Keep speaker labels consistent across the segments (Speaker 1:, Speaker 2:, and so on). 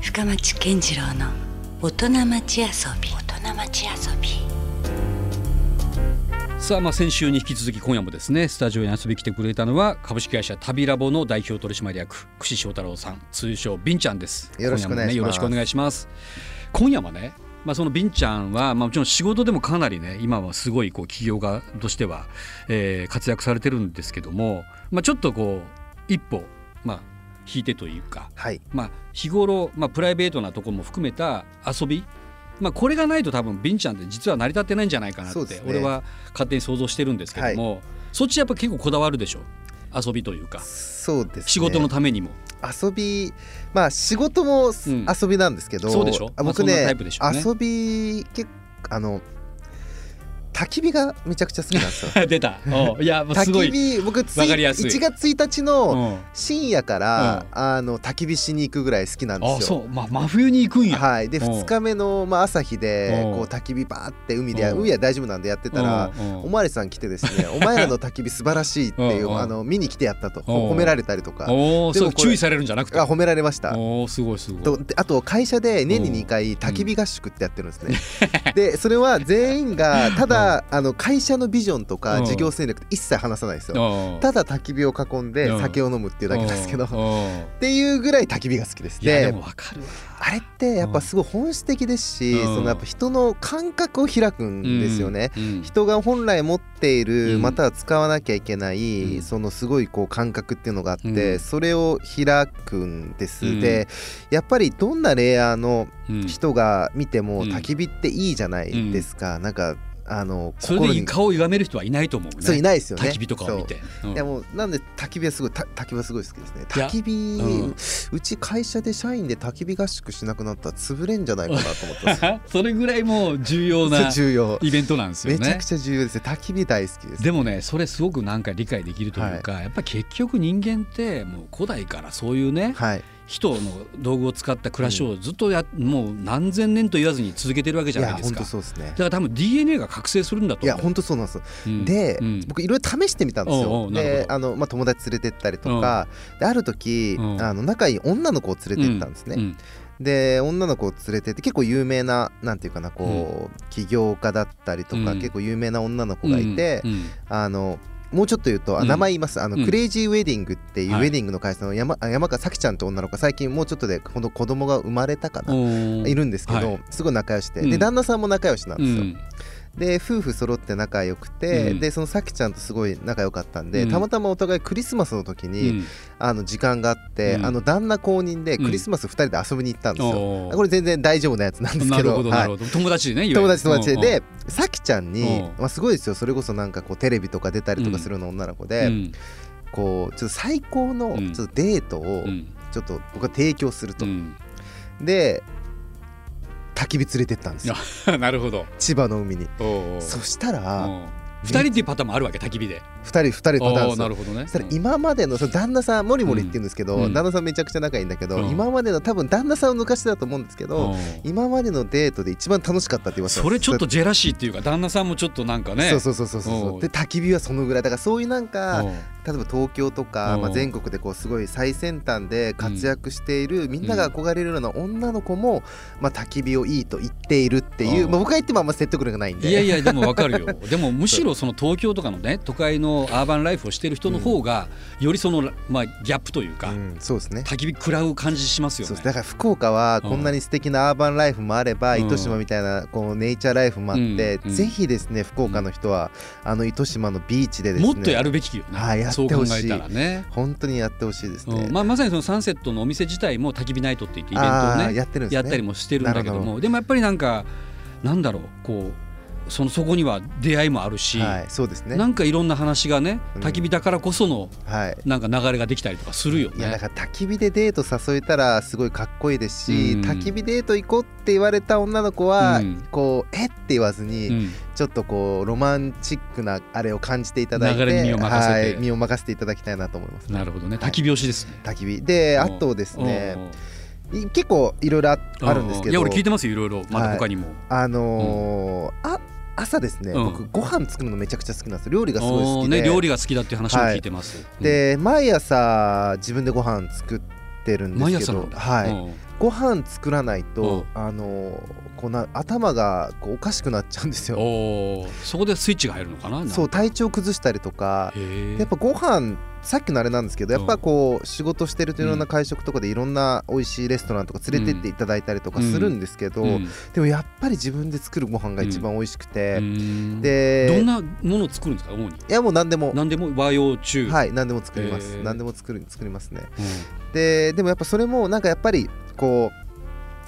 Speaker 1: 深町健次郎の大人町遊び大人町遊び
Speaker 2: さあ、まあ、先週に引き続き今夜もですねスタジオに遊びに来てくれたのは株式会社旅ラボの代表取締役串翔太郎さん通称ビンちゃんです
Speaker 3: よろしくお願いし
Speaker 2: 今夜もねよろ
Speaker 3: ます
Speaker 2: しくお願いします今夜はねまあそのビンちゃんは、まあ、もちろん仕事でもかなりね今はすごいこう企業家としては、えー活躍されてるんですけども、まあ、ちょっとこう一歩、まあ、引いてというか、
Speaker 3: はい
Speaker 2: まあ、日頃、まあ、プライベートなところも含めた遊び、まあ、これがないと多分ビンちゃんって実は成り立ってないんじゃないかな
Speaker 3: そう
Speaker 2: っ
Speaker 3: で
Speaker 2: て、
Speaker 3: すね
Speaker 2: 俺は勝手に想像してるんですけども、そっちやっぱ結構こだわるでしょ遊びというか
Speaker 3: そうです、ね、
Speaker 2: 仕事のためにも、
Speaker 3: 遊びまあ仕事もす
Speaker 2: うん
Speaker 3: 遊びなんですけど、
Speaker 2: そうでしょ
Speaker 3: あ
Speaker 2: まあ
Speaker 3: 僕
Speaker 2: そんな
Speaker 3: ね,、
Speaker 2: タイプでしょうね
Speaker 3: 遊び結構あの焚き火がめちゃくちゃ好きなん ですよ
Speaker 2: 出たおういやもうす
Speaker 3: 焚
Speaker 2: ご
Speaker 3: き
Speaker 2: い、
Speaker 3: 火僕つい
Speaker 2: わかりやすい
Speaker 3: 1月1日
Speaker 2: う
Speaker 3: の
Speaker 2: ん、あ
Speaker 3: 深夜から、あの焚き火しに行くぐらい好きなんです
Speaker 2: そ
Speaker 3: よ
Speaker 2: う、まあ、真冬に行くんや、
Speaker 3: はい、で
Speaker 2: うん
Speaker 3: 2日目の、まあ、朝日で
Speaker 2: うん
Speaker 3: こう焚き火バーって海で
Speaker 2: うん
Speaker 3: 海は大丈夫なんでやってたら
Speaker 2: うんうん
Speaker 3: おまわりさん来てですね「お前らの焚き火素晴らしい」ってい
Speaker 2: うん
Speaker 3: う
Speaker 2: うん
Speaker 3: あの見に来てやったと
Speaker 2: うん
Speaker 3: 褒められたりとか
Speaker 2: おお
Speaker 3: でも
Speaker 2: そう
Speaker 3: これ
Speaker 2: 注意されるんじゃなくて
Speaker 3: あ褒められました。
Speaker 2: おおすごいすごい
Speaker 3: とであと会社で年に2回焚き火合宿ってやってるんですね。 でそれは全員がただあの会社のビジョンと
Speaker 2: う
Speaker 3: か
Speaker 2: ん
Speaker 3: 事業戦略って一切話さないんですよ。
Speaker 2: おう
Speaker 3: ただ焚き火を囲んで
Speaker 2: うん
Speaker 3: 酒を飲むっていうだけですけどっ
Speaker 2: おうおう
Speaker 3: ていうぐらい焚き火が好きです。
Speaker 2: いやで
Speaker 3: で
Speaker 2: もわかるわ
Speaker 3: あれってやっぱすごい本質的ですし
Speaker 2: うん
Speaker 3: そのやっぱ人の感覚を開くんですよね。
Speaker 2: うんうん
Speaker 3: 人が本来持っている、
Speaker 2: うん
Speaker 3: または使わなきゃいけ
Speaker 2: う
Speaker 3: な
Speaker 2: ん
Speaker 3: いそのすごいこう感覚っていうのがあって、
Speaker 2: うん
Speaker 3: それを開くんです、
Speaker 2: うん
Speaker 3: でやっぱりどんなレイヤーの
Speaker 2: うん
Speaker 3: 人が見ても
Speaker 2: うん
Speaker 3: 焚き火っていいじゃないですか、なんかあの
Speaker 2: それ
Speaker 3: 心
Speaker 2: で
Speaker 3: に
Speaker 2: 顔を歪める人はいないと思うね
Speaker 3: そういないですよね
Speaker 2: 焚き火とかを見て
Speaker 3: そううんいやもうなんで焚き火はすごいた焚き火はすごい好きですね
Speaker 2: いや
Speaker 3: 焚き火、
Speaker 2: う
Speaker 3: うんち会社で社員で焚き火合宿しなくなったら潰れんじゃないかなと思った んで す
Speaker 2: それぐらいもう重要
Speaker 3: よ
Speaker 2: な
Speaker 3: 重要
Speaker 2: イベントなんですよ
Speaker 3: めちゃ
Speaker 2: ね
Speaker 3: く。ちゃ重要ですね焚き火大好きです
Speaker 2: でもねそれすごくなんか理解できるというか、やっぱ結局人間ってもう古代からそういうね、
Speaker 3: はい
Speaker 2: 人の道具を使った暮らしをずっとや、もう何千年と言わずに続けてるわけじゃないです
Speaker 3: 本
Speaker 2: か
Speaker 3: 当。そうですね
Speaker 2: だから多分 DNA が覚醒するんだと
Speaker 3: いや
Speaker 2: 思う。
Speaker 3: 本当そうなんですよ、
Speaker 2: うん
Speaker 3: で、
Speaker 2: うん
Speaker 3: 僕いろいろ試してみたんですよ
Speaker 2: おうおうなるほど
Speaker 3: であの、まあ、友達連れてったりとか、である時、
Speaker 2: うん
Speaker 3: あの仲いい女の子を連れて行ったんですね、
Speaker 2: うん
Speaker 3: で女の子を連れてって結構有名ななんていうかなこう、起業家だったりとか、
Speaker 2: うん
Speaker 3: 結構有名な女の子がいて、
Speaker 2: うん
Speaker 3: あのもうちょっと言うと、あ
Speaker 2: うん
Speaker 3: 名前言いますあの、
Speaker 2: うん
Speaker 3: クレイジーウェディングっていうウ
Speaker 2: はい
Speaker 3: ェディングの会社の山,、山川咲ちゃんって女の子最近もうちょっとでこの子供が生まれたかな、
Speaker 2: うん
Speaker 3: いるんですけど、
Speaker 2: は
Speaker 3: すごい仲良しで、
Speaker 2: う
Speaker 3: で
Speaker 2: ん
Speaker 3: 旦那さんも仲良しなん
Speaker 2: う
Speaker 3: ですよ、
Speaker 2: ん
Speaker 3: で夫婦揃って仲良くて、
Speaker 2: うん
Speaker 3: でそのさきちゃんとすごい仲良かったんで、
Speaker 2: うん
Speaker 3: たまたまお互いクリスマスの時
Speaker 2: う
Speaker 3: に、
Speaker 2: ん
Speaker 3: あの時間があって、
Speaker 2: うん
Speaker 3: あの旦那公認で
Speaker 2: うん
Speaker 3: クリスマス2人で遊びに行ったんですよ、
Speaker 2: おー
Speaker 3: これ全然大丈夫なやつなんです
Speaker 2: な
Speaker 3: け
Speaker 2: る
Speaker 3: ど
Speaker 2: ほど
Speaker 3: は
Speaker 2: ないるほど、友達でねいわゆる
Speaker 3: 友達友達で
Speaker 2: うん
Speaker 3: でさきちゃんに
Speaker 2: う、ん
Speaker 3: まあ、すごいですよそれこそなんかこうテレビとか出たりとかするの女の子で、
Speaker 2: うん
Speaker 3: こうちょっと最高の
Speaker 2: うん
Speaker 3: ちょっとデートを
Speaker 2: うん
Speaker 3: ちょっと僕は提供すると、
Speaker 2: うん
Speaker 3: で焚き火連れてったんですよ
Speaker 2: うんなるほど
Speaker 3: 千葉の海に
Speaker 2: おうおう
Speaker 3: そしたら、
Speaker 2: うん二人っていうパターンもあるわけ焚き火で。
Speaker 3: 二人二人とダ
Speaker 2: お
Speaker 3: ン
Speaker 2: ー
Speaker 3: ス
Speaker 2: なる
Speaker 3: を
Speaker 2: ほどね
Speaker 3: そしたら今までのその旦那さんモリモリって言うんですけど、
Speaker 2: うん
Speaker 3: 旦那さんめちゃくちゃ仲いいんだけど、
Speaker 2: うん
Speaker 3: 今までの多分旦那さんを抜かしてだと思うんですけ
Speaker 2: うん
Speaker 3: ど、
Speaker 2: うん
Speaker 3: 今までのデートで一番楽しかったって言われた
Speaker 2: そ
Speaker 3: んです
Speaker 2: れちょっとジェラシーっていうか旦那さんもちょっとなんかね。
Speaker 3: そうそうそうそう
Speaker 2: う
Speaker 3: そ
Speaker 2: ん
Speaker 3: うで焚き火はそのぐらいだからそういうなんか
Speaker 2: う
Speaker 3: 例
Speaker 2: ん
Speaker 3: えば東京とか、
Speaker 2: うん
Speaker 3: まあ、全国でこうすごい最先端で活躍している、みんなが憧れるような女の子も、まあ、焚き火をいいと言っているっていう、
Speaker 2: うん
Speaker 3: まあ、僕が言ってもあんま説得力がないんで
Speaker 2: いやいやでもわかるよ でもむしろその東京とかのね都会のアーバンライフをしてる人の方がよりそのまあギャップというか
Speaker 3: うん、そうですね
Speaker 2: 焚き火食らう感じしますよ
Speaker 3: そう
Speaker 2: ね
Speaker 3: ですだから福岡はこんなに素敵なアーバンライフもあれば、
Speaker 2: うん
Speaker 3: 糸島みたいなこうネイチャーライフもあって、
Speaker 2: うんうん
Speaker 3: ぜひですね福岡の人は、あの糸島のビーチでです
Speaker 2: も
Speaker 3: ね
Speaker 2: っとやるべきよね、
Speaker 3: はいやって
Speaker 2: そう
Speaker 3: ほしい
Speaker 2: 考えたらね、
Speaker 3: 本当にやってほしいですね、
Speaker 2: うんまあ、まさにそのサンセットのお店自体も焚き火ナイトって言ってイベントを
Speaker 3: あ
Speaker 2: ね
Speaker 3: ーやってるんで
Speaker 2: や
Speaker 3: すね
Speaker 2: ったりもしてるんだけど
Speaker 3: なるほ
Speaker 2: もでもやっぱりなんかなんだろうこうそのそこには出会いもあるし、
Speaker 3: はいそうですね
Speaker 2: なんかいろんな話がね
Speaker 3: うん
Speaker 2: 焚き火だからこその
Speaker 3: はい
Speaker 2: なんか流れができたりとかするよ
Speaker 3: いやだ
Speaker 2: ね。
Speaker 3: から焚き火でデート誘えたらすごいかっこいいですし、
Speaker 2: うん
Speaker 3: 焚き火デート行こうって言われた女の子は、
Speaker 2: うん
Speaker 3: こうえって言わずに、
Speaker 2: うん
Speaker 3: ちょっとこうロマンチックなあれを感じていただいて
Speaker 2: 流れに身を任せて
Speaker 3: はい身を任せていただきたいなと思います、
Speaker 2: なるほどね
Speaker 3: はい
Speaker 2: 焚き火推しですね。
Speaker 3: 焚き火であ
Speaker 2: うん
Speaker 3: とですね
Speaker 2: うん
Speaker 3: い結構いろいろああるんですけど
Speaker 2: いや俺聞いてますよいろいろまだ他にも。
Speaker 3: あのーあ朝ですね、
Speaker 2: うん
Speaker 3: 僕ご飯作るのめちゃくちゃ好きなんですよ料理がすごい好
Speaker 2: おー
Speaker 3: き
Speaker 2: ね
Speaker 3: で、
Speaker 2: 料理が好きだっていう話も聞いてます。うん、
Speaker 3: で毎朝自分でご飯作っってるんで
Speaker 2: 毎
Speaker 3: すけ
Speaker 2: 朝な
Speaker 3: ど
Speaker 2: ん、だ、
Speaker 3: はい
Speaker 2: うん
Speaker 3: ご飯作らないと、
Speaker 2: う
Speaker 3: あのこうな頭がこうおかしくなっちゃうんですよ。
Speaker 2: おーそこでスイッチが入るのかな
Speaker 3: そうう体調崩したりとか
Speaker 2: へえ
Speaker 3: やっぱご飯さっきのあれなんですけどやっぱこう仕事してるといろんな会食とかでいろんな美味しいレストランとか連れてっていただいたりとかするんですけど、
Speaker 2: うん
Speaker 3: でもやっぱり自分で作るご飯が一番美味しくて、
Speaker 2: うん
Speaker 3: で
Speaker 2: どんなものを作るんですか主に
Speaker 3: いやもう何でも
Speaker 2: 何でも和洋中、
Speaker 3: はい何でも作りま
Speaker 2: へ
Speaker 3: す、
Speaker 2: ー
Speaker 3: 何でも作る作りますね
Speaker 2: うん
Speaker 3: ででもやっぱそれもなんかやっぱりこ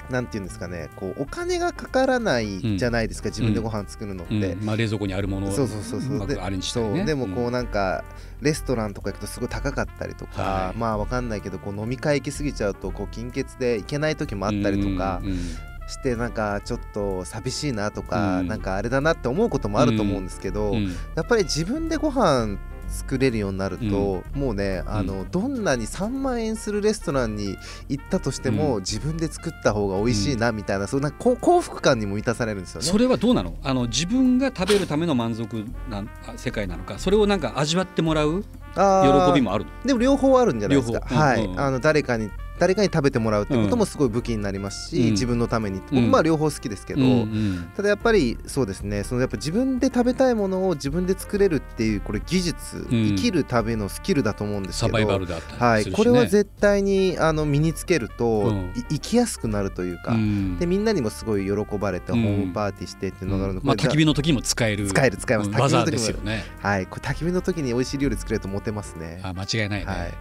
Speaker 3: うなんていうんですかねこうお金がかからないじゃないですか、自分でご飯作るのって、
Speaker 2: うんまあ、冷蔵庫にあるものを
Speaker 3: そうそうそうそう
Speaker 2: うまくアレンジしたりね
Speaker 3: そうでもこ
Speaker 2: う
Speaker 3: うなんかレストランとか行くとすごい高かったりとか、
Speaker 2: はい
Speaker 3: まあわかんないけどこう飲み会行き過ぎちゃうとこう金欠で行けない時もあったりとか
Speaker 2: うんうん
Speaker 3: してなんかちょっと寂しいなとか、
Speaker 2: うん
Speaker 3: なんかあれだなって思うこともあると思うんですけど、
Speaker 2: うん
Speaker 3: やっぱり自分でご飯作れるようになると、もうねあの、どんなに3万円するレストランに行ったとしても、
Speaker 2: う
Speaker 3: 自分で作った方が美味しいなみたいな、そんなこう幸福感にも満たされるんですよね。
Speaker 2: それはどうなのあの自分が食べるための満足なあ世界なのかそれをなんか味わってもらう
Speaker 3: あー
Speaker 2: 喜びもあるの
Speaker 3: でも両方あるんじゃないですか
Speaker 2: 両。方
Speaker 3: は
Speaker 2: うん
Speaker 3: い
Speaker 2: うん、
Speaker 3: あの誰かに誰かに食べてもらうってこともすごい武器になりますし、
Speaker 2: うん
Speaker 3: 自分のために、
Speaker 2: ん
Speaker 3: 僕まあ両方好きですけど、
Speaker 2: うんうん
Speaker 3: ただやっぱりそうですね。そのやっぱ自分で食べたいものを自分で作れるっていうこれ技術、
Speaker 2: ん
Speaker 3: 生きるためのスキルだと思うんです
Speaker 2: サ
Speaker 3: け
Speaker 2: バイバ
Speaker 3: ど
Speaker 2: ル。だった
Speaker 3: は
Speaker 2: り
Speaker 3: い、
Speaker 2: するし、ね
Speaker 3: これは絶対にあの身につけると、
Speaker 2: うん
Speaker 3: い生きやすくなるというか、
Speaker 2: うん
Speaker 3: でみんなにもすごい喜ばれて、
Speaker 2: うん
Speaker 3: ホームパーティーしてっていうのがあるの
Speaker 2: まあ、焚き
Speaker 3: 火
Speaker 2: 火の時にも使える
Speaker 3: 使える使えます、
Speaker 2: うん
Speaker 3: 焚き火の
Speaker 2: 技
Speaker 3: 時
Speaker 2: で
Speaker 3: も
Speaker 2: すよね
Speaker 3: はいこれ焚き火の時に美味しい料理作れるとモテますね
Speaker 2: あ間違いないね、
Speaker 3: はい
Speaker 2: うん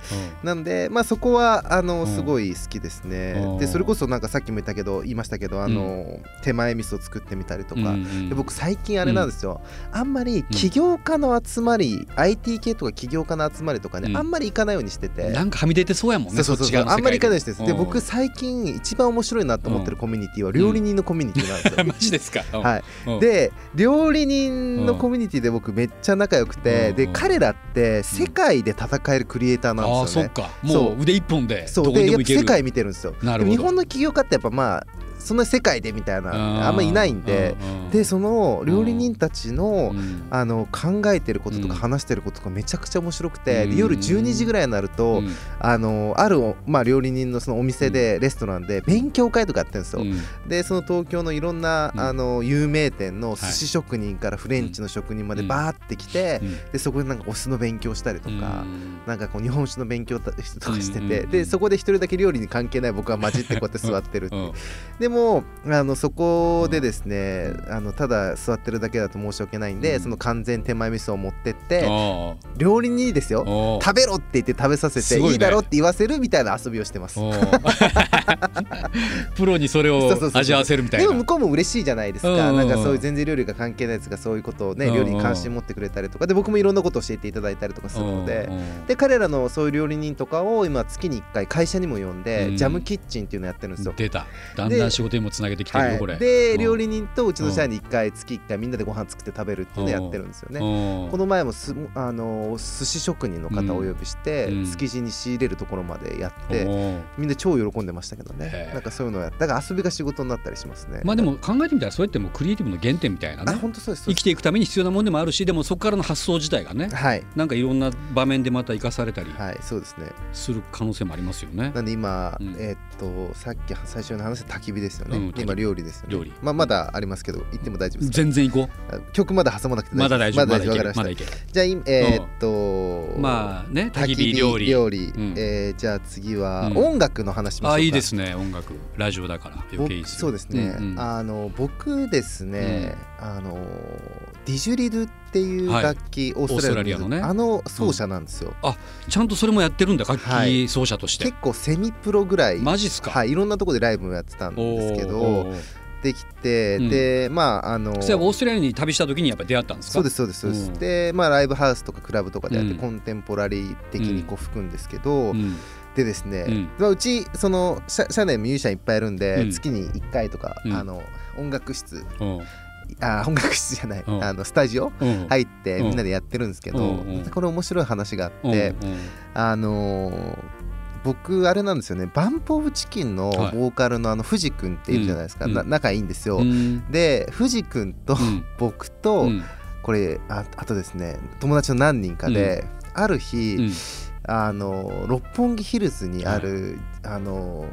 Speaker 3: なんで、まあ、そこはあ
Speaker 2: う
Speaker 3: の
Speaker 2: ん
Speaker 3: すごい好きですね。
Speaker 2: うん
Speaker 3: でそれこそなんかさっきも言ったけど言いましたけどあの、手前味噌作ってみたりとか。
Speaker 2: うんうん
Speaker 3: で僕最近あれなんですよ、あんまり起業家の集まり、IT 系とか起業家の集まりとかね、
Speaker 2: うん
Speaker 3: あんまり行かないようにしてて
Speaker 2: なんかはみ出てそうやもんね
Speaker 3: そうそうそう
Speaker 2: っち側の
Speaker 3: あんまり行かないようにして
Speaker 2: 世界
Speaker 3: るんですで僕最近一番面白いなと思ってるコミュニティは料理人のコミュニティなんですよ、
Speaker 2: マジですか、うん
Speaker 3: はい
Speaker 2: うん
Speaker 3: で料理人のコミュニティで僕めっちゃ仲良くて、
Speaker 2: うん
Speaker 3: で彼らって世界で戦えるクリエイターなん
Speaker 2: ああ
Speaker 3: です
Speaker 2: そ
Speaker 3: よね
Speaker 2: っ、か
Speaker 3: そ
Speaker 2: もう
Speaker 3: う
Speaker 2: 腕一本でど
Speaker 3: そう
Speaker 2: こ
Speaker 3: で
Speaker 2: にでも
Speaker 3: やっぱ
Speaker 2: 行ける
Speaker 3: 世界見てるんですよ。
Speaker 2: な
Speaker 3: で
Speaker 2: る
Speaker 3: も
Speaker 2: ほど
Speaker 3: 日本の起業家ってやっぱまあそんな世界でみたいなあんまりいないんで、でその料理人たち
Speaker 2: の
Speaker 3: のあの考えてることとか
Speaker 2: うん
Speaker 3: 話してることがめちゃくちゃ面白くて
Speaker 2: うん
Speaker 3: で夜12時ぐらいになるとあのあるまあ料理人のそのお店でレストランで勉強会とかやってるんですよ。でその東京のいろんな
Speaker 2: うん
Speaker 3: あの有名店の寿
Speaker 2: はい
Speaker 3: 司職人からフレンチの職人まで
Speaker 2: うん
Speaker 3: バーって来てでそこでなんかお酢の勉強したりとか。なんかこう日本酒の勉強とかしてて、
Speaker 2: うんうんうん
Speaker 3: でそこで一人だけ料理に関係ない僕は混じってこうやって座ってるっていう でもあのそこでですね、あのただ座ってるだけだと申し訳ないんで、
Speaker 2: うん
Speaker 3: その完全手前味噌を持ってっ
Speaker 2: で
Speaker 3: て料理人ですよ
Speaker 2: 食
Speaker 3: 食べろって言って食べさせ
Speaker 2: す
Speaker 3: て
Speaker 2: ごい
Speaker 3: い,、
Speaker 2: ね
Speaker 3: いだろって言わせるみたいな遊びをしてます。
Speaker 2: プロにそれを
Speaker 3: そうそうそうそう
Speaker 2: 味わわせるみたい
Speaker 3: で
Speaker 2: な
Speaker 3: も向こうも嬉しいじゃないです
Speaker 2: うんうん
Speaker 3: か、
Speaker 2: うん
Speaker 3: なんかそういう全然料理が関係ないやつがそういうことをね、
Speaker 2: うんうん
Speaker 3: 料理に関心持ってくれたりとかで僕もいろんなことを教えていただいたりとかするので、
Speaker 2: うんうん
Speaker 3: で彼らのそういう料理人とかを今月に1回会社にも呼んで、
Speaker 2: うん
Speaker 3: ジャムキッチンっていうのやってるんですよ。
Speaker 2: 出ただんだん仕事にもつなげてきてるよこれ
Speaker 3: い、で、
Speaker 2: うん
Speaker 3: 料理人とうちの社員に1回月1回みんなでご飯作って食べるっていうのをやってるんですよね。
Speaker 2: うん
Speaker 3: この前もすあの寿司職人の方をお呼びして、
Speaker 2: うん
Speaker 3: 築地に仕入れるところまでやって、
Speaker 2: うん
Speaker 3: みんな超喜んでましたけど
Speaker 2: へ
Speaker 3: ね
Speaker 2: え
Speaker 3: なんかそういうのをやっただから遊びが仕事になったりしますね。
Speaker 2: まあでも考えてみたらそうやってもうクリエイティブの原点みたいな
Speaker 3: あ
Speaker 2: ね
Speaker 3: 本当そうですそ
Speaker 2: 生
Speaker 3: うで
Speaker 2: きていくために必要なもんでもあるしでもそこからの発想自体がね
Speaker 3: すはい
Speaker 2: なんかいろんな場面でまた生かされたり
Speaker 3: はいそうですね。
Speaker 2: する可能性もありますよね。
Speaker 3: なんで今、
Speaker 2: うん
Speaker 3: えーっとさっき最初の話した焚き火ですよね。
Speaker 2: うん
Speaker 3: で今料理ですよね。
Speaker 2: 料理
Speaker 3: まあまだありますけど行っても大丈夫ですか。
Speaker 2: 全然行こ
Speaker 3: あ曲まだ挟まなくて
Speaker 2: う。まだ大丈夫。まだ
Speaker 3: です
Speaker 2: 行け
Speaker 3: わか
Speaker 2: る。
Speaker 3: り
Speaker 2: ま
Speaker 3: ま
Speaker 2: だ
Speaker 3: し
Speaker 2: 行ける。
Speaker 3: たじゃあ今えーっと
Speaker 2: まあね、焚き火
Speaker 3: 焚
Speaker 2: 料理。
Speaker 3: 料理
Speaker 2: うん
Speaker 3: えーじゃあ次は
Speaker 2: うん
Speaker 3: 音楽の話しましょうか
Speaker 2: あ、いいですね。音楽、ラジオだから余
Speaker 3: 僕
Speaker 2: 計いいですよ。
Speaker 3: そうですね、
Speaker 2: うんうん
Speaker 3: あの僕ですね、あのディジュリドゥっていう
Speaker 2: はい
Speaker 3: 楽器、オーストラリアの
Speaker 2: オーストラリアのね
Speaker 3: あの奏者なんですよ、
Speaker 2: ちゃんとそれもやってるんだ。楽
Speaker 3: は
Speaker 2: 器
Speaker 3: い
Speaker 2: 奏者として。
Speaker 3: 結構セミプロぐらい
Speaker 2: マジっすか。
Speaker 3: はい、いろんなところでライブもやってた
Speaker 2: お
Speaker 3: んですけ
Speaker 2: ー
Speaker 3: ど
Speaker 2: おー
Speaker 3: できて、
Speaker 2: うん
Speaker 3: でまああの
Speaker 2: それはオーストラリアに旅した時にやっぱ出会ったんですか。
Speaker 3: そうですそうですそうです、
Speaker 2: うん
Speaker 3: でまあライブハウスとかクラブとかでやって、
Speaker 2: うん
Speaker 3: コンテンポラリー的にこう吹くんですけど、
Speaker 2: うん
Speaker 3: でですね、
Speaker 2: うん
Speaker 3: まあ、うちその社社内ミュージシャンいっぱいいるんで、
Speaker 2: うん
Speaker 3: 月に1回とか、
Speaker 2: うん
Speaker 3: あの音楽室
Speaker 2: うん
Speaker 3: あー音楽室じゃない、
Speaker 2: うん
Speaker 3: あのスタジオ
Speaker 2: うん。
Speaker 3: 入って
Speaker 2: うん
Speaker 3: みんなでやってるんですけど、
Speaker 2: うん
Speaker 3: またこれ面白い話があ
Speaker 2: うん。
Speaker 3: って、あのー僕あれなんですよねバンプ・オブ・チキンのボ
Speaker 2: はい
Speaker 3: ーカルのあの藤君っているじゃないですか、
Speaker 2: うん
Speaker 3: な仲いいんです
Speaker 2: う
Speaker 3: よ、
Speaker 2: ん。うん
Speaker 3: で藤君と
Speaker 2: うん
Speaker 3: 僕
Speaker 2: う
Speaker 3: と
Speaker 2: ん
Speaker 3: これああとですね友達の何人かで、ある日、
Speaker 2: うん
Speaker 3: あの六本木ヒルズにある、あの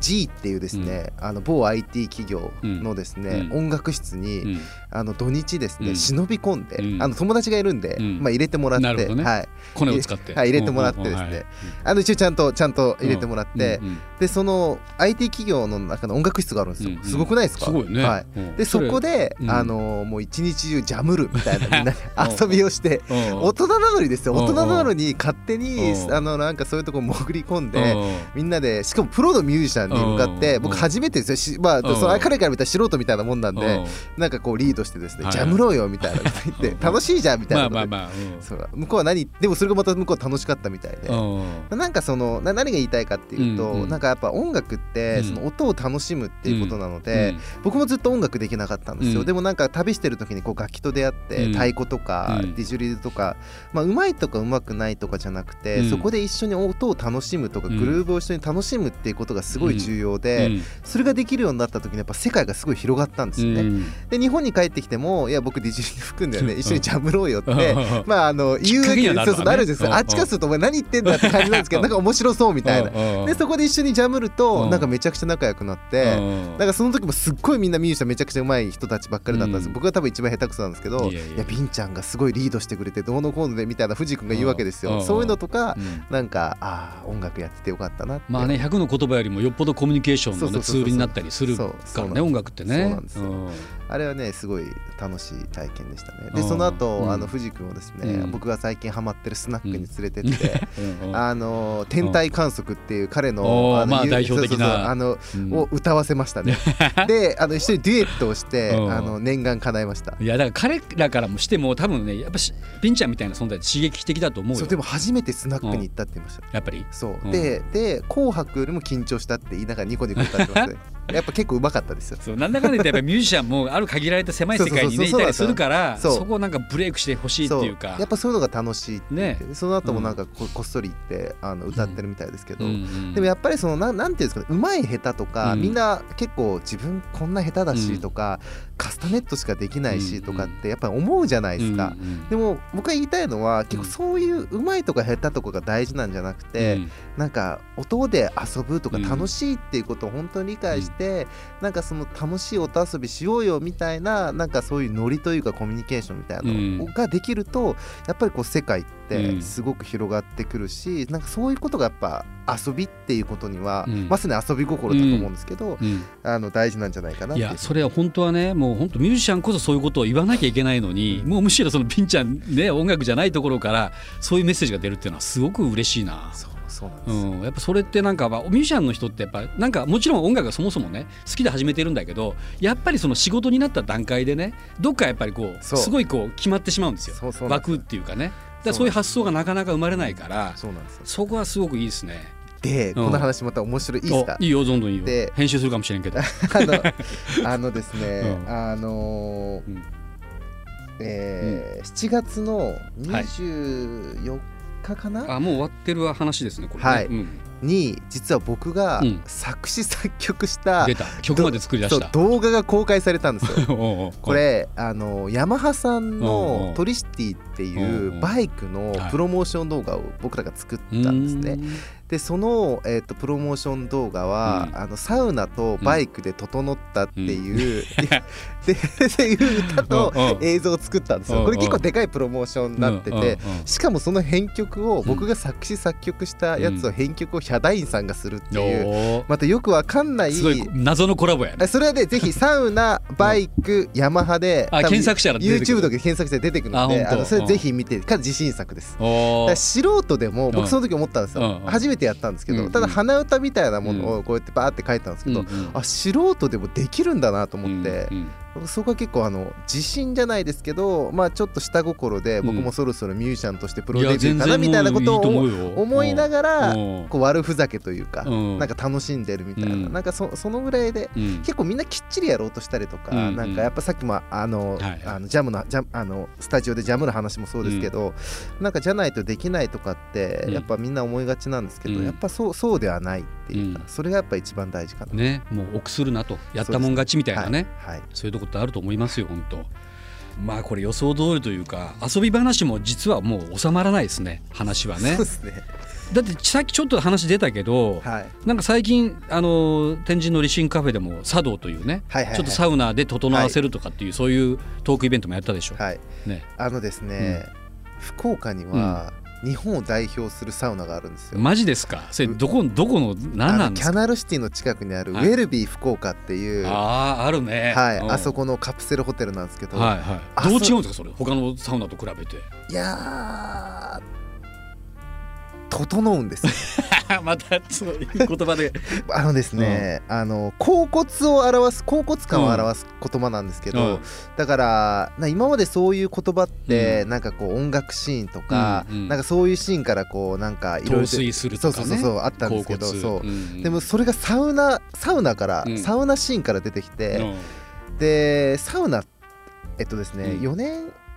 Speaker 3: G っていうですね、あの某 IT 企業のですね、
Speaker 2: うん
Speaker 3: 音楽室に、
Speaker 2: うん
Speaker 3: あの土日ですね、
Speaker 2: うん
Speaker 3: 忍び込んで、
Speaker 2: うん
Speaker 3: あの友達がいるんで、
Speaker 2: うん
Speaker 3: まあ、入れてもらって、
Speaker 2: なるほどね
Speaker 3: はい、
Speaker 2: コネを使って、
Speaker 3: はい入れてもらってです
Speaker 2: う
Speaker 3: ね
Speaker 2: んうんうんはい
Speaker 3: あの一応ちゃんとちゃんと入れてもらっ
Speaker 2: うん
Speaker 3: て、
Speaker 2: うんうん
Speaker 3: でその IT 企業の中の音楽室があるんですよ、
Speaker 2: うんうん
Speaker 3: すごくないですか
Speaker 2: すごいね。
Speaker 3: はい、
Speaker 2: うん
Speaker 3: でそこ、で、
Speaker 2: うん
Speaker 3: あのもう一日中ジャムるみたいな みんなで遊びをして
Speaker 2: れうん
Speaker 3: 大人なのにですよ
Speaker 2: うん
Speaker 3: 大人なのに勝手に
Speaker 2: うん
Speaker 3: あのなんかそういうとこ潜り込ん
Speaker 2: う
Speaker 3: で。
Speaker 2: ん
Speaker 3: みんなでしかもプロのミュージシャンに向かっ
Speaker 2: う
Speaker 3: て
Speaker 2: ん
Speaker 3: 僕初めてですよし、まあ、
Speaker 2: うん
Speaker 3: その彼から見たら素人みたいなもんなん
Speaker 2: う
Speaker 3: で
Speaker 2: ん
Speaker 3: なんかこうリードしてですね
Speaker 2: は
Speaker 3: 「
Speaker 2: い
Speaker 3: ジャムろうよ」みたいなこと言っ
Speaker 2: うん
Speaker 3: て「楽しいじゃん」みたい
Speaker 2: まあ
Speaker 3: なこと
Speaker 2: まあ
Speaker 3: 言って
Speaker 2: まあ、うん
Speaker 3: そう向こうは何でもそれがまた向こうは楽しかったみたいで
Speaker 2: うん
Speaker 3: なんかそのな何が言いたいかっていうと、
Speaker 2: うんうん
Speaker 3: なんかやっぱ音楽
Speaker 2: う
Speaker 3: って、
Speaker 2: ん
Speaker 3: その音を楽しむっていうことなので、
Speaker 2: うん
Speaker 3: 僕もずっと音楽できなかったんですよ、
Speaker 2: うん
Speaker 3: でもなんか旅してる時にこう楽器と出会って、
Speaker 2: うん
Speaker 3: 太鼓とか、
Speaker 2: うん
Speaker 3: ディジュリルとかまあ、上手いとか上手くないとかじゃなくて、
Speaker 2: うん
Speaker 3: そこで一緒に音を楽しむとか、
Speaker 2: うん
Speaker 3: グルーヴを一緒に楽しむっていうことがすごい重要で、
Speaker 2: うん
Speaker 3: それができるようになった時にやっぱ世界がすごい広がったんですよね。
Speaker 2: うん
Speaker 3: で日本に帰ってきてもいや僕ディジュリル吹くんだよね一緒にジャムろうよっ て
Speaker 2: うん
Speaker 3: まああの言う
Speaker 2: かけにはなる
Speaker 3: そ
Speaker 2: わね
Speaker 3: うそうなるんです
Speaker 2: う
Speaker 3: よ
Speaker 2: んうん
Speaker 3: あっちからするとお前何言ってんだって感じなんですけどなんか面白そうみたいな
Speaker 2: うん
Speaker 3: でそこで一緒にジャムると
Speaker 2: うん
Speaker 3: なんかめちゃくちゃ仲良くなっ
Speaker 2: う
Speaker 3: て
Speaker 2: ん
Speaker 3: なんかその時もすっごいみんなミュージシャンめちゃくちゃ上手い人たちばっかりだったんです、
Speaker 2: うん
Speaker 3: 僕が多分一番下手くそなんですけど
Speaker 2: いやいや
Speaker 3: いやビンちゃんがすごいリードしてくれてどうのこうのでみたいな藤井君が言うわけです
Speaker 2: うん
Speaker 3: よ
Speaker 2: うん
Speaker 3: そういうのとか
Speaker 2: うん
Speaker 3: なんかああ音楽やっててよかったなって
Speaker 2: まあね100の言葉よりもよっぽどコミュニケーションのね
Speaker 3: そうそう
Speaker 2: ツ
Speaker 3: そうそう
Speaker 2: ールになったりするか
Speaker 3: そう
Speaker 2: ら
Speaker 3: そうな
Speaker 2: ね
Speaker 3: んです
Speaker 2: 音楽ってね。
Speaker 3: そうなんですよ
Speaker 2: うん
Speaker 3: あれはねすごい楽しい体験でしたねで
Speaker 2: うん
Speaker 3: その後、
Speaker 2: うん
Speaker 3: あの藤井君をですね、
Speaker 2: うん
Speaker 3: 僕が最近ハマってるスナックに連れてって、
Speaker 2: うんうん
Speaker 3: あの天体観測っていう彼
Speaker 2: お
Speaker 3: の
Speaker 2: ー
Speaker 3: の
Speaker 2: まあ
Speaker 3: 有
Speaker 2: 代表的な
Speaker 3: そうそうそうあの
Speaker 2: うん
Speaker 3: を歌わせま したねであの一緒にデュエットをして
Speaker 2: うん
Speaker 3: あの念願叶えました
Speaker 2: いやだから彼らからもしても多分ねやっぱしピンちゃんみたいな存在って刺激的だと思う
Speaker 3: そ
Speaker 2: よ
Speaker 3: うでも初めてスナックに行ったって言いました
Speaker 2: やっぱり
Speaker 3: そう、
Speaker 2: うん
Speaker 3: でで「紅白」よりも緊張したって言いながらニコニコ歌ってますねやっぱ結構うまかったですよ
Speaker 2: そうなんだかんだ言ってやっぱりミュージシャンもある限られた狭い世界にねい
Speaker 3: そ
Speaker 2: た
Speaker 3: うそうそうそ
Speaker 2: りす
Speaker 3: う
Speaker 2: るから
Speaker 3: そう
Speaker 2: そこをなんかブレイクしてほしいっていうか
Speaker 3: そやっぱそういうのが楽しいって言って、
Speaker 2: ね
Speaker 3: その後もなんかここっそり行ってあの歌ってるみたいですけど、
Speaker 2: うんうん
Speaker 3: でもやっぱりそのなんなんていうんですかね上手い下手とか、
Speaker 2: うん
Speaker 3: みんな結構自分こんな下手だしとか、カスタネットしかできないしとかってやっぱり思うじゃないですか。
Speaker 2: うんうん
Speaker 3: でも僕が言いたいのは結構そういう上手いとか下手とかが大事なんじゃなくて、
Speaker 2: うん
Speaker 3: なんか音で遊ぶとか
Speaker 2: うん
Speaker 3: 楽しいっていうことを本当に理解して、なんかその楽しい音遊びしようよみたいななんかそういうノリというかコミュニケーションみたいなの
Speaker 2: うん
Speaker 3: ができるとやっぱりこう世界っ
Speaker 2: う
Speaker 3: て
Speaker 2: ん
Speaker 3: すごく広がってくるし、なんかそういうことがやっぱ遊びっていうことには、
Speaker 2: うん
Speaker 3: まさに遊び心だと思うんですけど、
Speaker 2: うん
Speaker 3: あの大事なんじゃないかなっ
Speaker 2: い
Speaker 3: ていう
Speaker 2: やそれは本当はねもう本当ミュージシャンこそそういうことを言わなきゃいけないのに、
Speaker 3: うん
Speaker 2: もうむしろそのピンちゃんね音楽じゃないところからそういうメッセージが出るっていうのはすごく嬉しいな。
Speaker 3: そうそうなんです
Speaker 2: う
Speaker 3: よ、
Speaker 2: ん、やっぱそれってなんかまあミュージシャンの人ってやっぱなんかもちろん音楽がそもそもね好きで始めてるんだけどやっぱりその仕事になった段階でねどっかやっぱりこう
Speaker 3: そう
Speaker 2: すごいこう決まってしまうんですよ
Speaker 3: そうそうなんです
Speaker 2: 枠っていうかねだからそういう発想がなかなか生まれないから
Speaker 3: そうなんですよ
Speaker 2: そこはすごくいいですね。
Speaker 3: で、
Speaker 2: うん
Speaker 3: この話また面白いいいですか
Speaker 2: おいいよどんどんいいよ
Speaker 3: で
Speaker 2: 編集するかもしれんけど。
Speaker 3: あの、あのですね、
Speaker 2: うん
Speaker 3: あのー
Speaker 2: うん
Speaker 3: えー7月の24日かな、
Speaker 2: あもう終わってる話ですねこれね、
Speaker 3: はい
Speaker 2: うん
Speaker 3: に実は僕が
Speaker 2: うん
Speaker 3: 作詞作曲した、
Speaker 2: 出た曲まで作り出
Speaker 3: そ
Speaker 2: し
Speaker 3: う
Speaker 2: た。
Speaker 3: 動画が公開された んですよ。
Speaker 2: おうおう
Speaker 3: これあのヤマハさん
Speaker 2: うんうん
Speaker 3: のトリシティってい
Speaker 2: うんうん
Speaker 3: うバイクのプロモーション動画を僕らが作ったんですね。。でその、えー、とプロモーション動画は、
Speaker 2: うん
Speaker 3: あのサウナとバイクで整ったっていう、でっていう歌と
Speaker 2: うんうん
Speaker 3: 映像を作ったんですよ。これ結構でかいプロモーションになってて、しかもその編曲を僕が作詞作曲したやつを編曲をヒャダインさんがするって
Speaker 2: うんうん
Speaker 3: いう、
Speaker 2: うんおー
Speaker 3: またよくわかんない
Speaker 2: すごい謎のコラボやね。
Speaker 3: それはねぜひサウナバイクヤマハで
Speaker 2: あ
Speaker 3: 多分
Speaker 2: 検索したら出てく
Speaker 3: YouTube
Speaker 2: る
Speaker 3: とかで検索して出てくる
Speaker 2: あ
Speaker 3: の
Speaker 2: 本
Speaker 3: で
Speaker 2: 当
Speaker 3: あのそれぜひ見てから自信作です。
Speaker 2: お
Speaker 3: だか
Speaker 2: ー
Speaker 3: ら素人で
Speaker 2: う
Speaker 3: も
Speaker 2: ん
Speaker 3: 僕その時思ったんで
Speaker 2: う
Speaker 3: す
Speaker 2: ん
Speaker 3: よ
Speaker 2: うん
Speaker 3: 初めてやったんですけ
Speaker 2: うんう
Speaker 3: ど
Speaker 2: ん
Speaker 3: ただ鼻歌みたいなものをこうやってバーって書いたんですけ
Speaker 2: う
Speaker 3: ど
Speaker 2: んうん
Speaker 3: あ素人でもできるんだなと思って
Speaker 2: うんうん
Speaker 3: そこは結構あの自信じゃないですけどまあちょっと下心で
Speaker 2: うん
Speaker 3: 僕もそろそろミュージシャンとしてプロ
Speaker 2: い
Speaker 3: デ
Speaker 2: や
Speaker 3: ビュ
Speaker 2: 全
Speaker 3: ーかな
Speaker 2: 然
Speaker 3: みたいなことを
Speaker 2: を
Speaker 3: 思いながら
Speaker 2: うん
Speaker 3: こう悪ふざけというか
Speaker 2: うん
Speaker 3: なんか楽しんでるみたい
Speaker 2: うん
Speaker 3: ななんかそそのぐらいで
Speaker 2: うん
Speaker 3: 結構みんなきっちりやろうとしたりと
Speaker 2: うん
Speaker 3: か、
Speaker 2: うん
Speaker 3: なんかやっぱさっきもあの、
Speaker 2: はい
Speaker 3: あのジャムのジャムあのスタジオでジャムの話もそうですけど、なんかじゃないとできないとかって
Speaker 2: うん
Speaker 3: やっぱみんな思いがちなんですけど、
Speaker 2: うん
Speaker 3: やっぱそうそうではないっていうか、
Speaker 2: うん
Speaker 3: それがやっぱ一番大事かな。
Speaker 2: ねもう臆するなとやったもん勝ちみたいなね
Speaker 3: はい、はい
Speaker 2: そういうとこってあると思いますよ本当。まあこれ予想通りというか遊び話も実はもう収まらないですね話はね
Speaker 3: そうですね
Speaker 2: だってさっきちょっと話出たけど、
Speaker 3: はい
Speaker 2: なんか最近あの天神の理心カフェでも茶道というね、
Speaker 3: はいはいはい
Speaker 2: ちょっとサウナで整わせるとかっていう、そういうトークイベントもやったでしょ、
Speaker 3: はい
Speaker 2: ね、
Speaker 3: あのですね、福岡には日本を代表するサウナがあるんですよ、
Speaker 2: マジですかそれどこどこの何
Speaker 3: あ
Speaker 2: な
Speaker 3: の
Speaker 2: んで
Speaker 3: キ
Speaker 2: す
Speaker 3: ャ
Speaker 2: か
Speaker 3: ナルシティの近くにあるウ
Speaker 2: はい
Speaker 3: ェルビー福岡っていう、は
Speaker 2: ああーあるね
Speaker 3: いあそ
Speaker 2: こ
Speaker 3: このカプセルホテルなんですけど、
Speaker 2: はいはい
Speaker 3: あ
Speaker 2: どう違うんで
Speaker 3: そ
Speaker 2: すかそれ他のサウナと比べて
Speaker 3: い、やー整うんですよ
Speaker 2: またそういう言葉で
Speaker 3: あのですね、あの甲骨を表す甲骨感を表す言葉なんですけど、
Speaker 2: うん
Speaker 3: だからな今までそういう言葉って、なんかこう音楽シーンとか、
Speaker 2: うんうん
Speaker 3: なんかそういうシーンからこうなんかいろい
Speaker 2: 陶
Speaker 3: ろ
Speaker 2: 酔すると
Speaker 3: そう
Speaker 2: か
Speaker 3: そ
Speaker 2: ね
Speaker 3: うそうそうあったんですけ
Speaker 2: 甲
Speaker 3: ど
Speaker 2: 骨
Speaker 3: そう、
Speaker 2: ん
Speaker 3: でもそれがサウナサウナから、
Speaker 2: うん
Speaker 3: サウナシーンから出てきて、
Speaker 2: うん
Speaker 3: でサウナえっとですね、
Speaker 2: うん
Speaker 3: 4年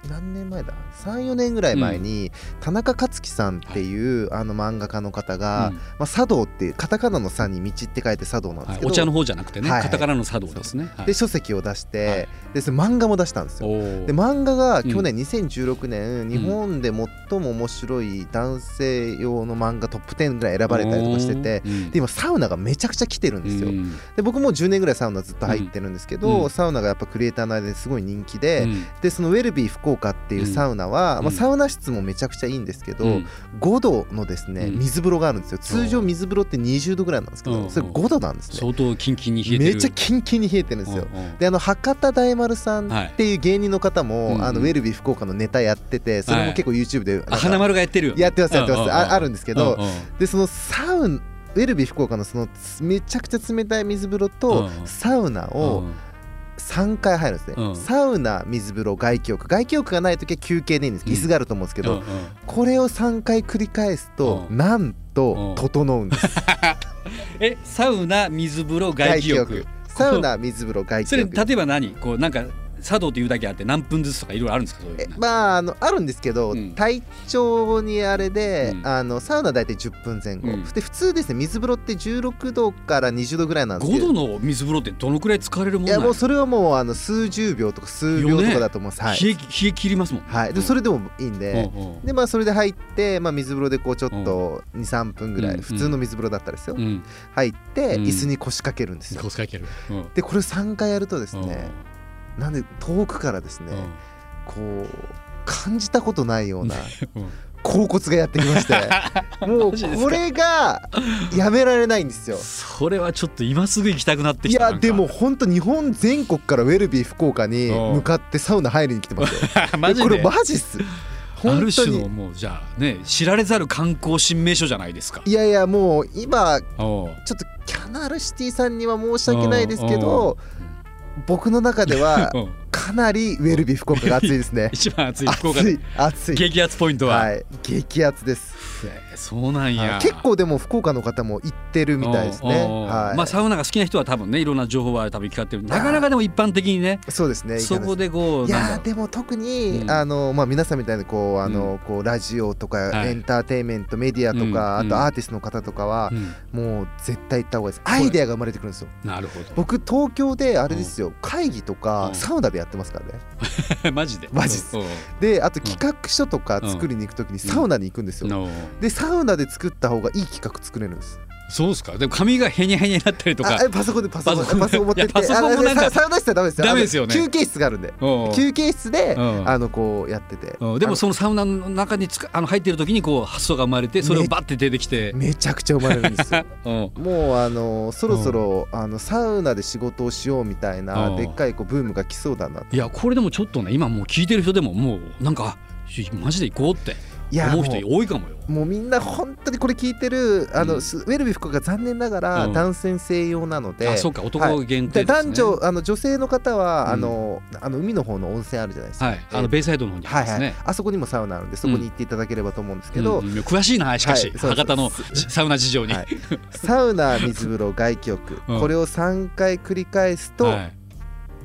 Speaker 3: 何年前だ34年ぐらい前に、田中克樹さんっていう、あの漫画家の方
Speaker 2: う
Speaker 3: が、
Speaker 2: ん
Speaker 3: まあ、茶道っていうカタカナの「茶」に「道」って書いて茶道なんで
Speaker 2: は
Speaker 3: す
Speaker 2: い
Speaker 3: けど、
Speaker 2: お茶の方じゃなくてね、
Speaker 3: はいはい
Speaker 2: カタカナの茶道ですね。はい
Speaker 3: で書籍を出して、
Speaker 2: はい
Speaker 3: でそれ漫画も出したんですよ。
Speaker 2: おー
Speaker 3: で漫画が去年2016年、日本で最も面白い男性用の漫画トップ10ぐらい選ばれたりとかしてて、、
Speaker 2: うん
Speaker 3: で今サウナがめちゃくちゃ来てるんですよ。
Speaker 2: うん
Speaker 3: で僕もう10年ぐらいサウナずっと入ってるんですけど、
Speaker 2: うんうん
Speaker 3: サウナがやっぱクリエイターの間ですごい人気
Speaker 2: う
Speaker 3: で、
Speaker 2: ん
Speaker 3: でそのウェルビー福岡っていうサウナは、
Speaker 2: うん
Speaker 3: まあ、サウナ室もめちゃくちゃいいんですけど、
Speaker 2: うん
Speaker 3: 5度のですね
Speaker 2: うん
Speaker 3: 水風呂があるんですよ通常水風呂って20度ぐらいなんですけど、
Speaker 2: うん
Speaker 3: それ5度なんですね、
Speaker 2: 相当キンキンに冷えてる。
Speaker 3: めっちゃキンキンに冷えてるんですよ、
Speaker 2: うんうん
Speaker 3: であの博多大丸さん
Speaker 2: はい
Speaker 3: っていう芸人の方も、
Speaker 2: うんうん
Speaker 3: あのウェルビー福岡のネタやっててそれも結構 YouTube でなんか
Speaker 2: あ花丸がやってるよね。
Speaker 3: やってますやってます、
Speaker 2: うんうんうん
Speaker 3: ああるんですけど、
Speaker 2: うんうん
Speaker 3: でそのサウンウェルビー福岡のそのつめちゃくちゃ冷たい水風呂と
Speaker 2: うん
Speaker 3: サウナを
Speaker 2: うん
Speaker 3: 3回入るんですね、
Speaker 2: うん
Speaker 3: サウナ水風呂外気浴外気浴がない時は休憩でいいんです
Speaker 2: うん
Speaker 3: 椅子があると思うんですけ
Speaker 2: う
Speaker 3: ど、
Speaker 2: んうん
Speaker 3: これを3回繰り返すと、
Speaker 2: うん
Speaker 3: なん
Speaker 2: う
Speaker 3: と
Speaker 2: ん
Speaker 3: 整うんです、
Speaker 2: えサウナ水風呂 外気浴。
Speaker 3: サ ウナ水風呂外
Speaker 2: そ
Speaker 3: 気
Speaker 2: れ
Speaker 3: 浴
Speaker 2: 例えば何こうなんか茶道というだけあって何分ずつとかいろいろあるんですかそういうの
Speaker 3: えまああのあるんですけど、
Speaker 2: うん
Speaker 3: 体調にあれで、
Speaker 2: うん
Speaker 3: あのサウナ大体10分前後、
Speaker 2: うん
Speaker 3: で普通ですね水風呂って16度から20度ぐらいなんですけ
Speaker 2: 5
Speaker 3: ど
Speaker 2: 度の水風呂ってどのくらい使われるもん
Speaker 3: い
Speaker 2: な
Speaker 3: やも
Speaker 2: の
Speaker 3: う？それはもうあの数十秒とか数秒とかだと思います、はい
Speaker 2: 冷え冷え切りますもん。
Speaker 3: はい、
Speaker 2: う
Speaker 3: で
Speaker 2: ん
Speaker 3: それでもいいんで、
Speaker 2: うんうん
Speaker 3: でまあそれで入って、まあ、水風呂でこうちょっと23分ぐら
Speaker 2: うん
Speaker 3: い普通の水風呂だったらですよ、
Speaker 2: うん。
Speaker 3: 入って
Speaker 2: うん
Speaker 3: 椅子に腰掛けるんですよ、
Speaker 2: 使い切る。うん。
Speaker 3: でこれを3回やるとです
Speaker 2: うん
Speaker 3: ね、なんで遠くからですね、こう感じたことないよう な
Speaker 2: うんうん
Speaker 3: 甲骨がやってきまして もう
Speaker 2: マジですか
Speaker 3: これがやめられないんですよ
Speaker 2: それはちょっと今すぐ行きたくなって
Speaker 3: い
Speaker 2: きた
Speaker 3: や
Speaker 2: なんか
Speaker 3: でも本当日本全国からウェルビー福岡に向かってサウナ入りに来てますよ
Speaker 2: マジ
Speaker 3: これ
Speaker 2: で
Speaker 3: マジっす
Speaker 2: あ
Speaker 3: 本
Speaker 2: る
Speaker 3: 当
Speaker 2: 種の
Speaker 3: に
Speaker 2: もうじゃあね知られざる観光新名所じゃないですか
Speaker 3: いやいやもう今
Speaker 2: おう
Speaker 3: ちょっとキャナルシティさんには申し訳ないですけ
Speaker 2: う
Speaker 3: ど僕の中 では
Speaker 2: うん
Speaker 3: かなりウェルビー福岡が熱いですね
Speaker 2: 一番熱い福岡
Speaker 3: 熱
Speaker 2: で
Speaker 3: い熱い
Speaker 2: 激アツポイントは、
Speaker 3: はい激熱です
Speaker 2: えーそうなんや
Speaker 3: はい結構でも福岡の方も行ってるみたいですね
Speaker 2: おうおうおう
Speaker 3: はい
Speaker 2: まあサウナが好きな人は多分ねいろんな情報は多分行き交ってるなかなかでも一般的にね
Speaker 3: そうですね
Speaker 2: そこでこう
Speaker 3: い
Speaker 2: な
Speaker 3: や
Speaker 2: んだ
Speaker 3: ーでも特に、
Speaker 2: うん
Speaker 3: あのまあ、皆さんみたいにこうあの、
Speaker 2: う
Speaker 3: こうラジオとか
Speaker 2: はい
Speaker 3: エンターテインメント、メディアとか、
Speaker 2: うん
Speaker 3: あとアーティストの方とかは
Speaker 2: ろう、うん
Speaker 3: もう絶対行った方がいいですアイデアが生まれてくるんですよ
Speaker 2: なるほ
Speaker 3: 僕東京であれですよ、会議と
Speaker 2: う
Speaker 3: か
Speaker 2: ん
Speaker 3: サウナでやってますからね
Speaker 2: ど マジで
Speaker 3: マジっす
Speaker 2: おう
Speaker 3: であと企画書とか作りに行く時にサウナに行くんですよ、
Speaker 2: おう
Speaker 3: でサウナで作った方がいい企画作れるんです
Speaker 2: そうですかでも髪がヘニャヘニャになったりと
Speaker 3: あ
Speaker 2: か
Speaker 3: えパソコンでパソコ
Speaker 2: パソコ
Speaker 3: ン
Speaker 2: ン
Speaker 3: パソコン持ってって
Speaker 2: いやパソコンもなんか
Speaker 3: ああササウナ室はダメですよ
Speaker 2: ダメですよね
Speaker 3: あの休憩室があるんで
Speaker 2: おう
Speaker 3: 休憩室で、
Speaker 2: うん
Speaker 3: あのこうやってて
Speaker 2: うんでもそのサウナの中につかあの入ってる時にこう発想が生まれてそれをバッて出てきて、
Speaker 3: めちゃくちゃ生まれるんですよ
Speaker 2: うん
Speaker 3: もうあのそろそろ、あのサウナで仕事をしようみたいな、
Speaker 2: うん
Speaker 3: でっかいこうブームが来そうだなと
Speaker 2: いやこれでもちょっとね今もう聞いてる人でももうなんかあマジで行こうって
Speaker 3: いや
Speaker 2: 思
Speaker 3: も
Speaker 2: う人
Speaker 3: う
Speaker 2: 多いかもよ。
Speaker 3: もうみんな本当にこれ聞いてるあの、
Speaker 2: うん
Speaker 3: すウェルビー福岡残念ながら
Speaker 2: うん
Speaker 3: 男性専用なので、
Speaker 2: あそうか男限定
Speaker 3: で
Speaker 2: です、ね
Speaker 3: 男女あの女性の方は、
Speaker 2: うん
Speaker 3: あのあの海の方の温泉あるじゃないですか、
Speaker 2: はいあのベイサイドの方にあ
Speaker 3: は
Speaker 2: りま
Speaker 3: い
Speaker 2: す
Speaker 3: はい
Speaker 2: ね。
Speaker 3: あそこにもサウナあるんでそこに行っていただければと思うんですけど、
Speaker 2: うんうん詳しいなしかし、
Speaker 3: はいそうそう
Speaker 2: 博多のサウナ事情に。
Speaker 3: はいサウナ水風呂外気浴、
Speaker 2: うん
Speaker 3: これを3回繰り返すと
Speaker 2: は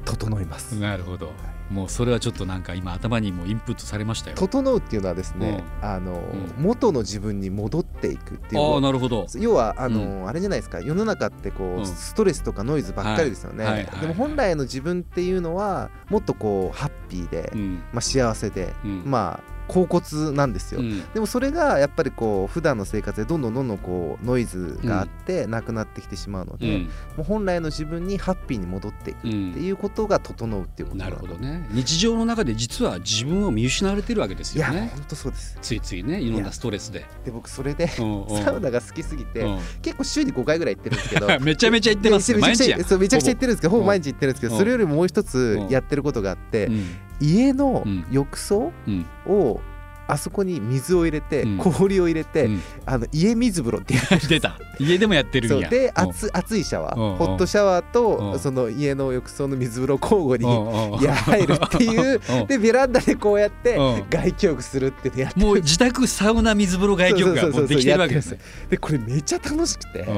Speaker 3: 整います、
Speaker 2: いなるほどもうそれはちょっとなんか今頭にもインプットされましたよ。
Speaker 3: 整うっていうのはですね、あの
Speaker 2: ん
Speaker 3: 元の自分に戻ってっていくってい
Speaker 2: ああ
Speaker 3: う
Speaker 2: なるほど
Speaker 3: 要はあの、あれじゃないですか世の中ってこう、
Speaker 2: うん
Speaker 3: ストレスとかノイズばっかりですよね、
Speaker 2: はいはいはい
Speaker 3: でも本来の自分っていうのはもっとこうハッピーで、
Speaker 2: うん
Speaker 3: まあ、幸せで、
Speaker 2: うん
Speaker 3: まあ恍骨なんですよ、
Speaker 2: うん
Speaker 3: でもそれがやっぱりこう普段の生活でどんどんどんどんこうノイズがあってなくなってきてしまうの
Speaker 2: う
Speaker 3: で、
Speaker 2: ん
Speaker 3: もう本来の自分にハッピーに戻っていくっ
Speaker 2: う
Speaker 3: て
Speaker 2: ん
Speaker 3: いうことが整うっていうこと
Speaker 2: なる
Speaker 3: の
Speaker 2: ほどね日常の中で実は自分を見失われてるわけです
Speaker 3: い
Speaker 2: よ
Speaker 3: や
Speaker 2: ね
Speaker 3: 本当そうです
Speaker 2: ついついねいろんなストレスで
Speaker 3: で僕それで
Speaker 2: うんうん
Speaker 3: サウナが好きすぎて、
Speaker 2: うん
Speaker 3: 結構週に5回ぐらい行ってるんですけど
Speaker 2: めちゃめちゃ行ってますね
Speaker 3: め
Speaker 2: 毎
Speaker 3: ちゃ
Speaker 2: 日
Speaker 3: めち
Speaker 2: や
Speaker 3: ゃそうめちゃくちゃ行ってるんですけどほ
Speaker 2: う
Speaker 3: ぼ
Speaker 2: ん
Speaker 3: 毎日行ってるんですけど、
Speaker 2: うん
Speaker 3: それよりももう一つ
Speaker 2: うん
Speaker 3: やってることがあって、
Speaker 2: うん
Speaker 3: 家の
Speaker 2: うん
Speaker 3: 浴槽
Speaker 2: うん
Speaker 3: をあそこに水を入れて、
Speaker 2: うん
Speaker 3: 氷を入れて、
Speaker 2: うん
Speaker 3: あの家水風呂っていう
Speaker 2: 出た家でもやってる
Speaker 3: そ
Speaker 2: ん
Speaker 3: う
Speaker 2: や
Speaker 3: で熱熱いシャワ
Speaker 2: うんうん
Speaker 3: ーホットシャワー
Speaker 2: う
Speaker 3: と
Speaker 2: ん
Speaker 3: その家の浴槽の水風呂交互
Speaker 2: う
Speaker 3: に
Speaker 2: んうんうん
Speaker 3: いや入るっていう
Speaker 2: うん
Speaker 3: でベランダでこうやって
Speaker 2: うん
Speaker 3: 外気浴するっていうのやって
Speaker 2: もう自宅サウナ水風呂外局がもうできてるわけですね
Speaker 3: でこれめちゃ楽しくて
Speaker 2: うん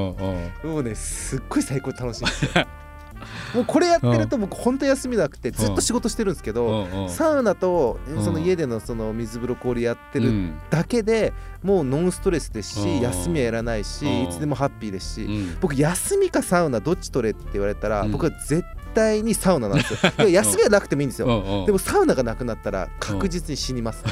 Speaker 2: うん
Speaker 3: もうねすっごい最高に楽しいんですよ もうこれやってると僕本当休みなくてずっと仕事してるんですけ
Speaker 2: う
Speaker 3: ど
Speaker 2: んうん
Speaker 3: サウナと
Speaker 2: ん
Speaker 3: その家でのその水風呂氷やって
Speaker 2: う
Speaker 3: る
Speaker 2: ん
Speaker 3: だけでもうノンストレスです
Speaker 2: うん
Speaker 3: し休みはいらないし
Speaker 2: うん
Speaker 3: いつでもハッピーですし
Speaker 2: うん
Speaker 3: 僕休みかサウナどっち取れって言われたら、
Speaker 2: うん
Speaker 3: 僕は絶対にサウナなんです よいや休みはなくてもいいんですよ、
Speaker 2: うんうん
Speaker 3: でもサウナがなくなったら確実に死にます、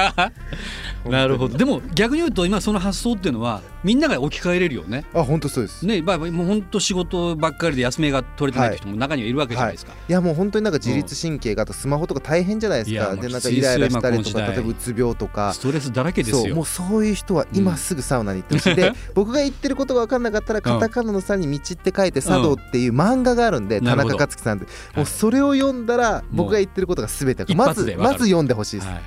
Speaker 2: なるほど
Speaker 3: 本
Speaker 2: でも逆に言うと今その発想っていうのはみんなが置き換えれるよね
Speaker 3: 当にあ本当そうです、
Speaker 2: ねまあもう本当仕事ばっかりで休みが取れてないって人も中にはいるわけじゃないですか、
Speaker 3: いやもう本当になんか自律神経があとスマホとか大変じゃないです
Speaker 2: いや
Speaker 3: か
Speaker 2: もう
Speaker 3: でなん
Speaker 2: き
Speaker 3: か
Speaker 2: つい
Speaker 3: イ
Speaker 2: っすよ
Speaker 3: ライラした
Speaker 2: 今この
Speaker 3: りとか
Speaker 2: 時代
Speaker 3: 例えばうつ病とか
Speaker 2: ストレスだらけです
Speaker 3: そうも
Speaker 2: よ
Speaker 3: うそういう人は今すぐサウナに行ってほしい、で僕が言ってることが分かんなかったらカタカナの「さ」に「道」って書いて「茶道」っていう漫画があるんで、
Speaker 2: うん
Speaker 3: 田
Speaker 2: なるほ
Speaker 3: 中
Speaker 2: ど
Speaker 3: 克樹さんでも
Speaker 2: はいう
Speaker 3: それを読んだら僕が言ってることが全てま
Speaker 2: 一発
Speaker 3: ず
Speaker 2: で分か
Speaker 3: ま
Speaker 2: る
Speaker 3: ず読んでほしいです、
Speaker 2: はい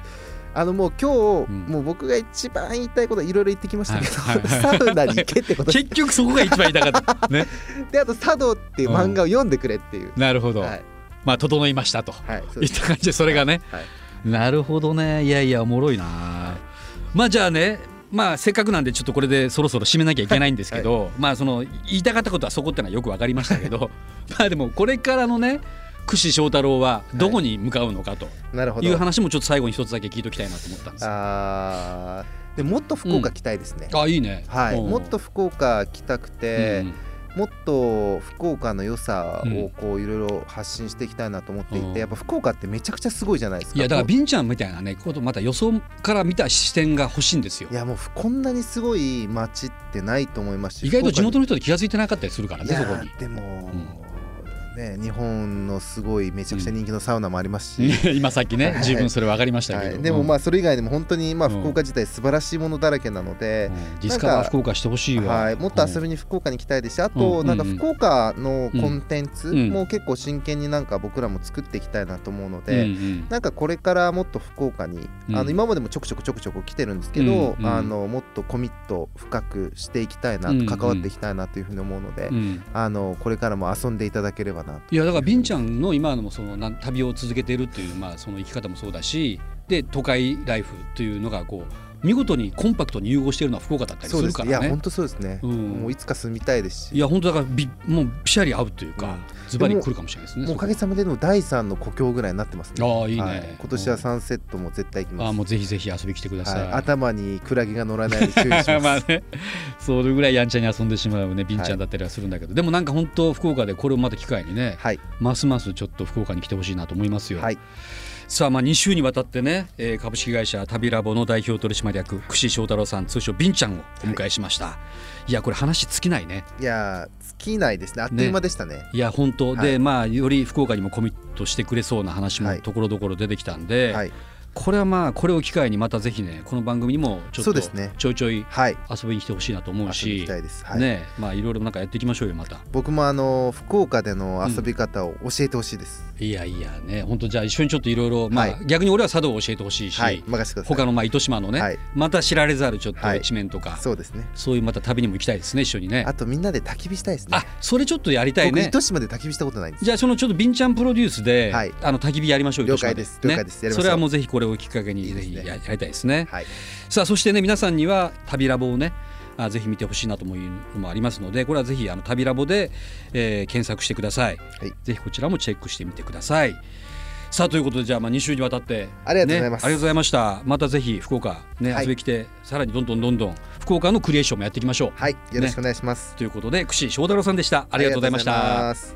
Speaker 3: あのもう今日、
Speaker 2: うん
Speaker 3: もう僕が一番言いたいこといろいろ言ってきましたけど、
Speaker 2: はいはい
Speaker 3: サウナに行けってことで
Speaker 2: 結局そこが一番痛かった、ね、
Speaker 3: であと「茶道」っていう漫画を読んでくれっていう、
Speaker 2: なるほど、
Speaker 3: はい
Speaker 2: まあ整いましたと
Speaker 3: はいそう
Speaker 2: い
Speaker 3: で
Speaker 2: っ
Speaker 3: す
Speaker 2: た感じでそれがね、
Speaker 3: はい
Speaker 2: なるほどねいやいやおもろいな、まあじゃあねまあせっかくなんでちょっとこれでそろそろ締めなきゃいけないんですけど、まあその言いたかったことはそこってのはよく分かりましたけど まあでもこれからのね櫛翔太郎はどこに向かうのかと
Speaker 3: なるほ
Speaker 2: いう
Speaker 3: ど
Speaker 2: 話もちょっと最後に一つだけ聞いときたいなと思ったんですあ
Speaker 3: あーでもっと福岡来たいですね、
Speaker 2: いいね
Speaker 3: はい、
Speaker 2: うん
Speaker 3: もっと福岡来たくて、もっと福岡の良さをこういろいろ発信していきたいなと思っていて、
Speaker 2: うん
Speaker 3: やっぱ福岡ってめちゃくちゃすごいじゃないですか。
Speaker 2: いやだから
Speaker 3: もう
Speaker 2: ビンちゃんみたいなねことまた予想から見た視点が欲しいんですよ
Speaker 3: いやもうこんなにすごい街ってないと思いますし
Speaker 2: 意外と地元
Speaker 3: の
Speaker 2: の人で気が付いてなかったりするからねそこ に
Speaker 3: でも、ね日本のすごいめちゃくちゃ人気のサウナもありますし、
Speaker 2: ね今さっきね
Speaker 3: はい
Speaker 2: 自分それ分かりました
Speaker 3: は
Speaker 2: けど
Speaker 3: い、でもま
Speaker 2: あ
Speaker 3: あそれ以外にも本当にまあ
Speaker 2: うん
Speaker 3: 福岡自体素晴らしいものだらけなので、
Speaker 2: ディスカバー福岡してほしいわ
Speaker 3: はい、もっと遊
Speaker 2: び
Speaker 3: びに福岡に来たいですしあ
Speaker 2: うんうんう
Speaker 3: と
Speaker 2: ん
Speaker 3: なんか福岡のコンテンツ
Speaker 2: うん
Speaker 3: も結構真剣になんか僕らも作っていきたいなと思うので、
Speaker 2: うん
Speaker 3: なんかこれからもっと福岡に、
Speaker 2: うん
Speaker 3: あの今までもちょくちょくちょくちょく来てるんですけど、
Speaker 2: うんうん
Speaker 3: あのもっとコミット深くしていきたいなと、
Speaker 2: うんうん
Speaker 3: 関わっていきたいなというふうに思うので、
Speaker 2: うんうん
Speaker 3: あのこれからも遊んでいただければなと
Speaker 2: いやだからビンちゃんの今のそのなん旅を続けてるっていうまあその生き方もそうだしで都会ライフというのがこう見事にコンパクトに融合してるのは福岡だったりす
Speaker 3: そうで
Speaker 2: る
Speaker 3: す
Speaker 2: か
Speaker 3: ねいや
Speaker 2: らね
Speaker 3: 本当そうですね、
Speaker 2: うん
Speaker 3: もういつか住みたいですし
Speaker 2: いや本当だからびもうピシャリ合うというかズバリ来るかもしれないですね
Speaker 3: もうおかげさまででも第3の故郷ぐらいになってますね
Speaker 2: ああいいね
Speaker 3: 今年はサンセットも絶対行き
Speaker 2: あ
Speaker 3: ま
Speaker 2: あ
Speaker 3: す
Speaker 2: もうぜひぜひ遊びに来てください。
Speaker 3: はい、頭にクラゲが乗らないように注意します
Speaker 2: まあね、それぐらいやんちゃに遊んでしまうね、ビンちゃんだったりはするんだけど、でもなんか本当、福岡でこれをまた機会にね、
Speaker 3: はい
Speaker 2: ますますちょっと福岡に来てほしいなと思いますよ。
Speaker 3: はい
Speaker 2: さあ、まあ2週にわたってね、えー株式会社旅ラボの代表取締役、櫛翔太郎さん、通称ビンちゃんをお迎えしました。い、や、これ話尽きないね。
Speaker 3: いやー尽きないですねあっという間でしたね
Speaker 2: いや本当、
Speaker 3: は
Speaker 2: でまあより福岡にもコミットしてくれそうな話も
Speaker 3: はい
Speaker 2: ところどころ出てきたんで、
Speaker 3: はい
Speaker 2: これはまあこれを機会にまたぜひねこの番組にもちょっ
Speaker 3: そ
Speaker 2: と
Speaker 3: うですね
Speaker 2: ちょいちょい
Speaker 3: はい
Speaker 2: 遊びに来てほしいなと思う
Speaker 3: 遊び
Speaker 2: し
Speaker 3: に行きたいですはい、
Speaker 2: ねえまあいろいろなんかやっていきましょうよまた
Speaker 3: 僕もあの福岡での遊び方を教えてほしいです、
Speaker 2: いやいやね本当じゃあ一緒にちょっといろいろまあ、
Speaker 3: はい
Speaker 2: 逆に俺は茶道を教えてほしいし、
Speaker 3: はい任せてください
Speaker 2: 他のまあ糸島のね、
Speaker 3: はい
Speaker 2: また知られざるちょっと
Speaker 3: はい
Speaker 2: 一面とか、
Speaker 3: そうですね
Speaker 2: そういうまた旅にも行きたいですね一緒にね
Speaker 3: あとみんなで焚き火したいですね
Speaker 2: あそれちょっとやりたい
Speaker 3: 僕
Speaker 2: ね
Speaker 3: 糸島で焚き火したことないんです
Speaker 2: じゃあそのちょっとビンちゃんプロデュースで、
Speaker 3: はい
Speaker 2: あの焚き火やりましょう
Speaker 3: 了
Speaker 2: 糸島
Speaker 3: 解です
Speaker 2: ね
Speaker 3: 了解ですやり
Speaker 2: そ
Speaker 3: ましょ
Speaker 2: うれはもうぜひこれをきっかけに
Speaker 3: いい
Speaker 2: ぜ
Speaker 3: です
Speaker 2: ひ
Speaker 3: ね
Speaker 2: ややりたいですね
Speaker 3: はい
Speaker 2: さあそしてね皆さんには旅ラボをねあぜひ見てほしいなともいうのもありますのでこれはぜひあの旅ラボで、えー検索してください、
Speaker 3: い
Speaker 2: ぜひこちらもチェックしてみてくださいさあということでじゃあまあ2週にわたって、ね、
Speaker 3: ありがとうございます
Speaker 2: ありがとうございましたまたぜひ福岡ね
Speaker 3: はい
Speaker 2: 遊びに来て、さらにどんどんどんどん福岡のクリエーションもやっていきましょう、
Speaker 3: はいよろしくお願いします、
Speaker 2: ということで串井翔太郎さんでしたありがとうございまし
Speaker 3: ありがとうご
Speaker 2: た
Speaker 3: ざいます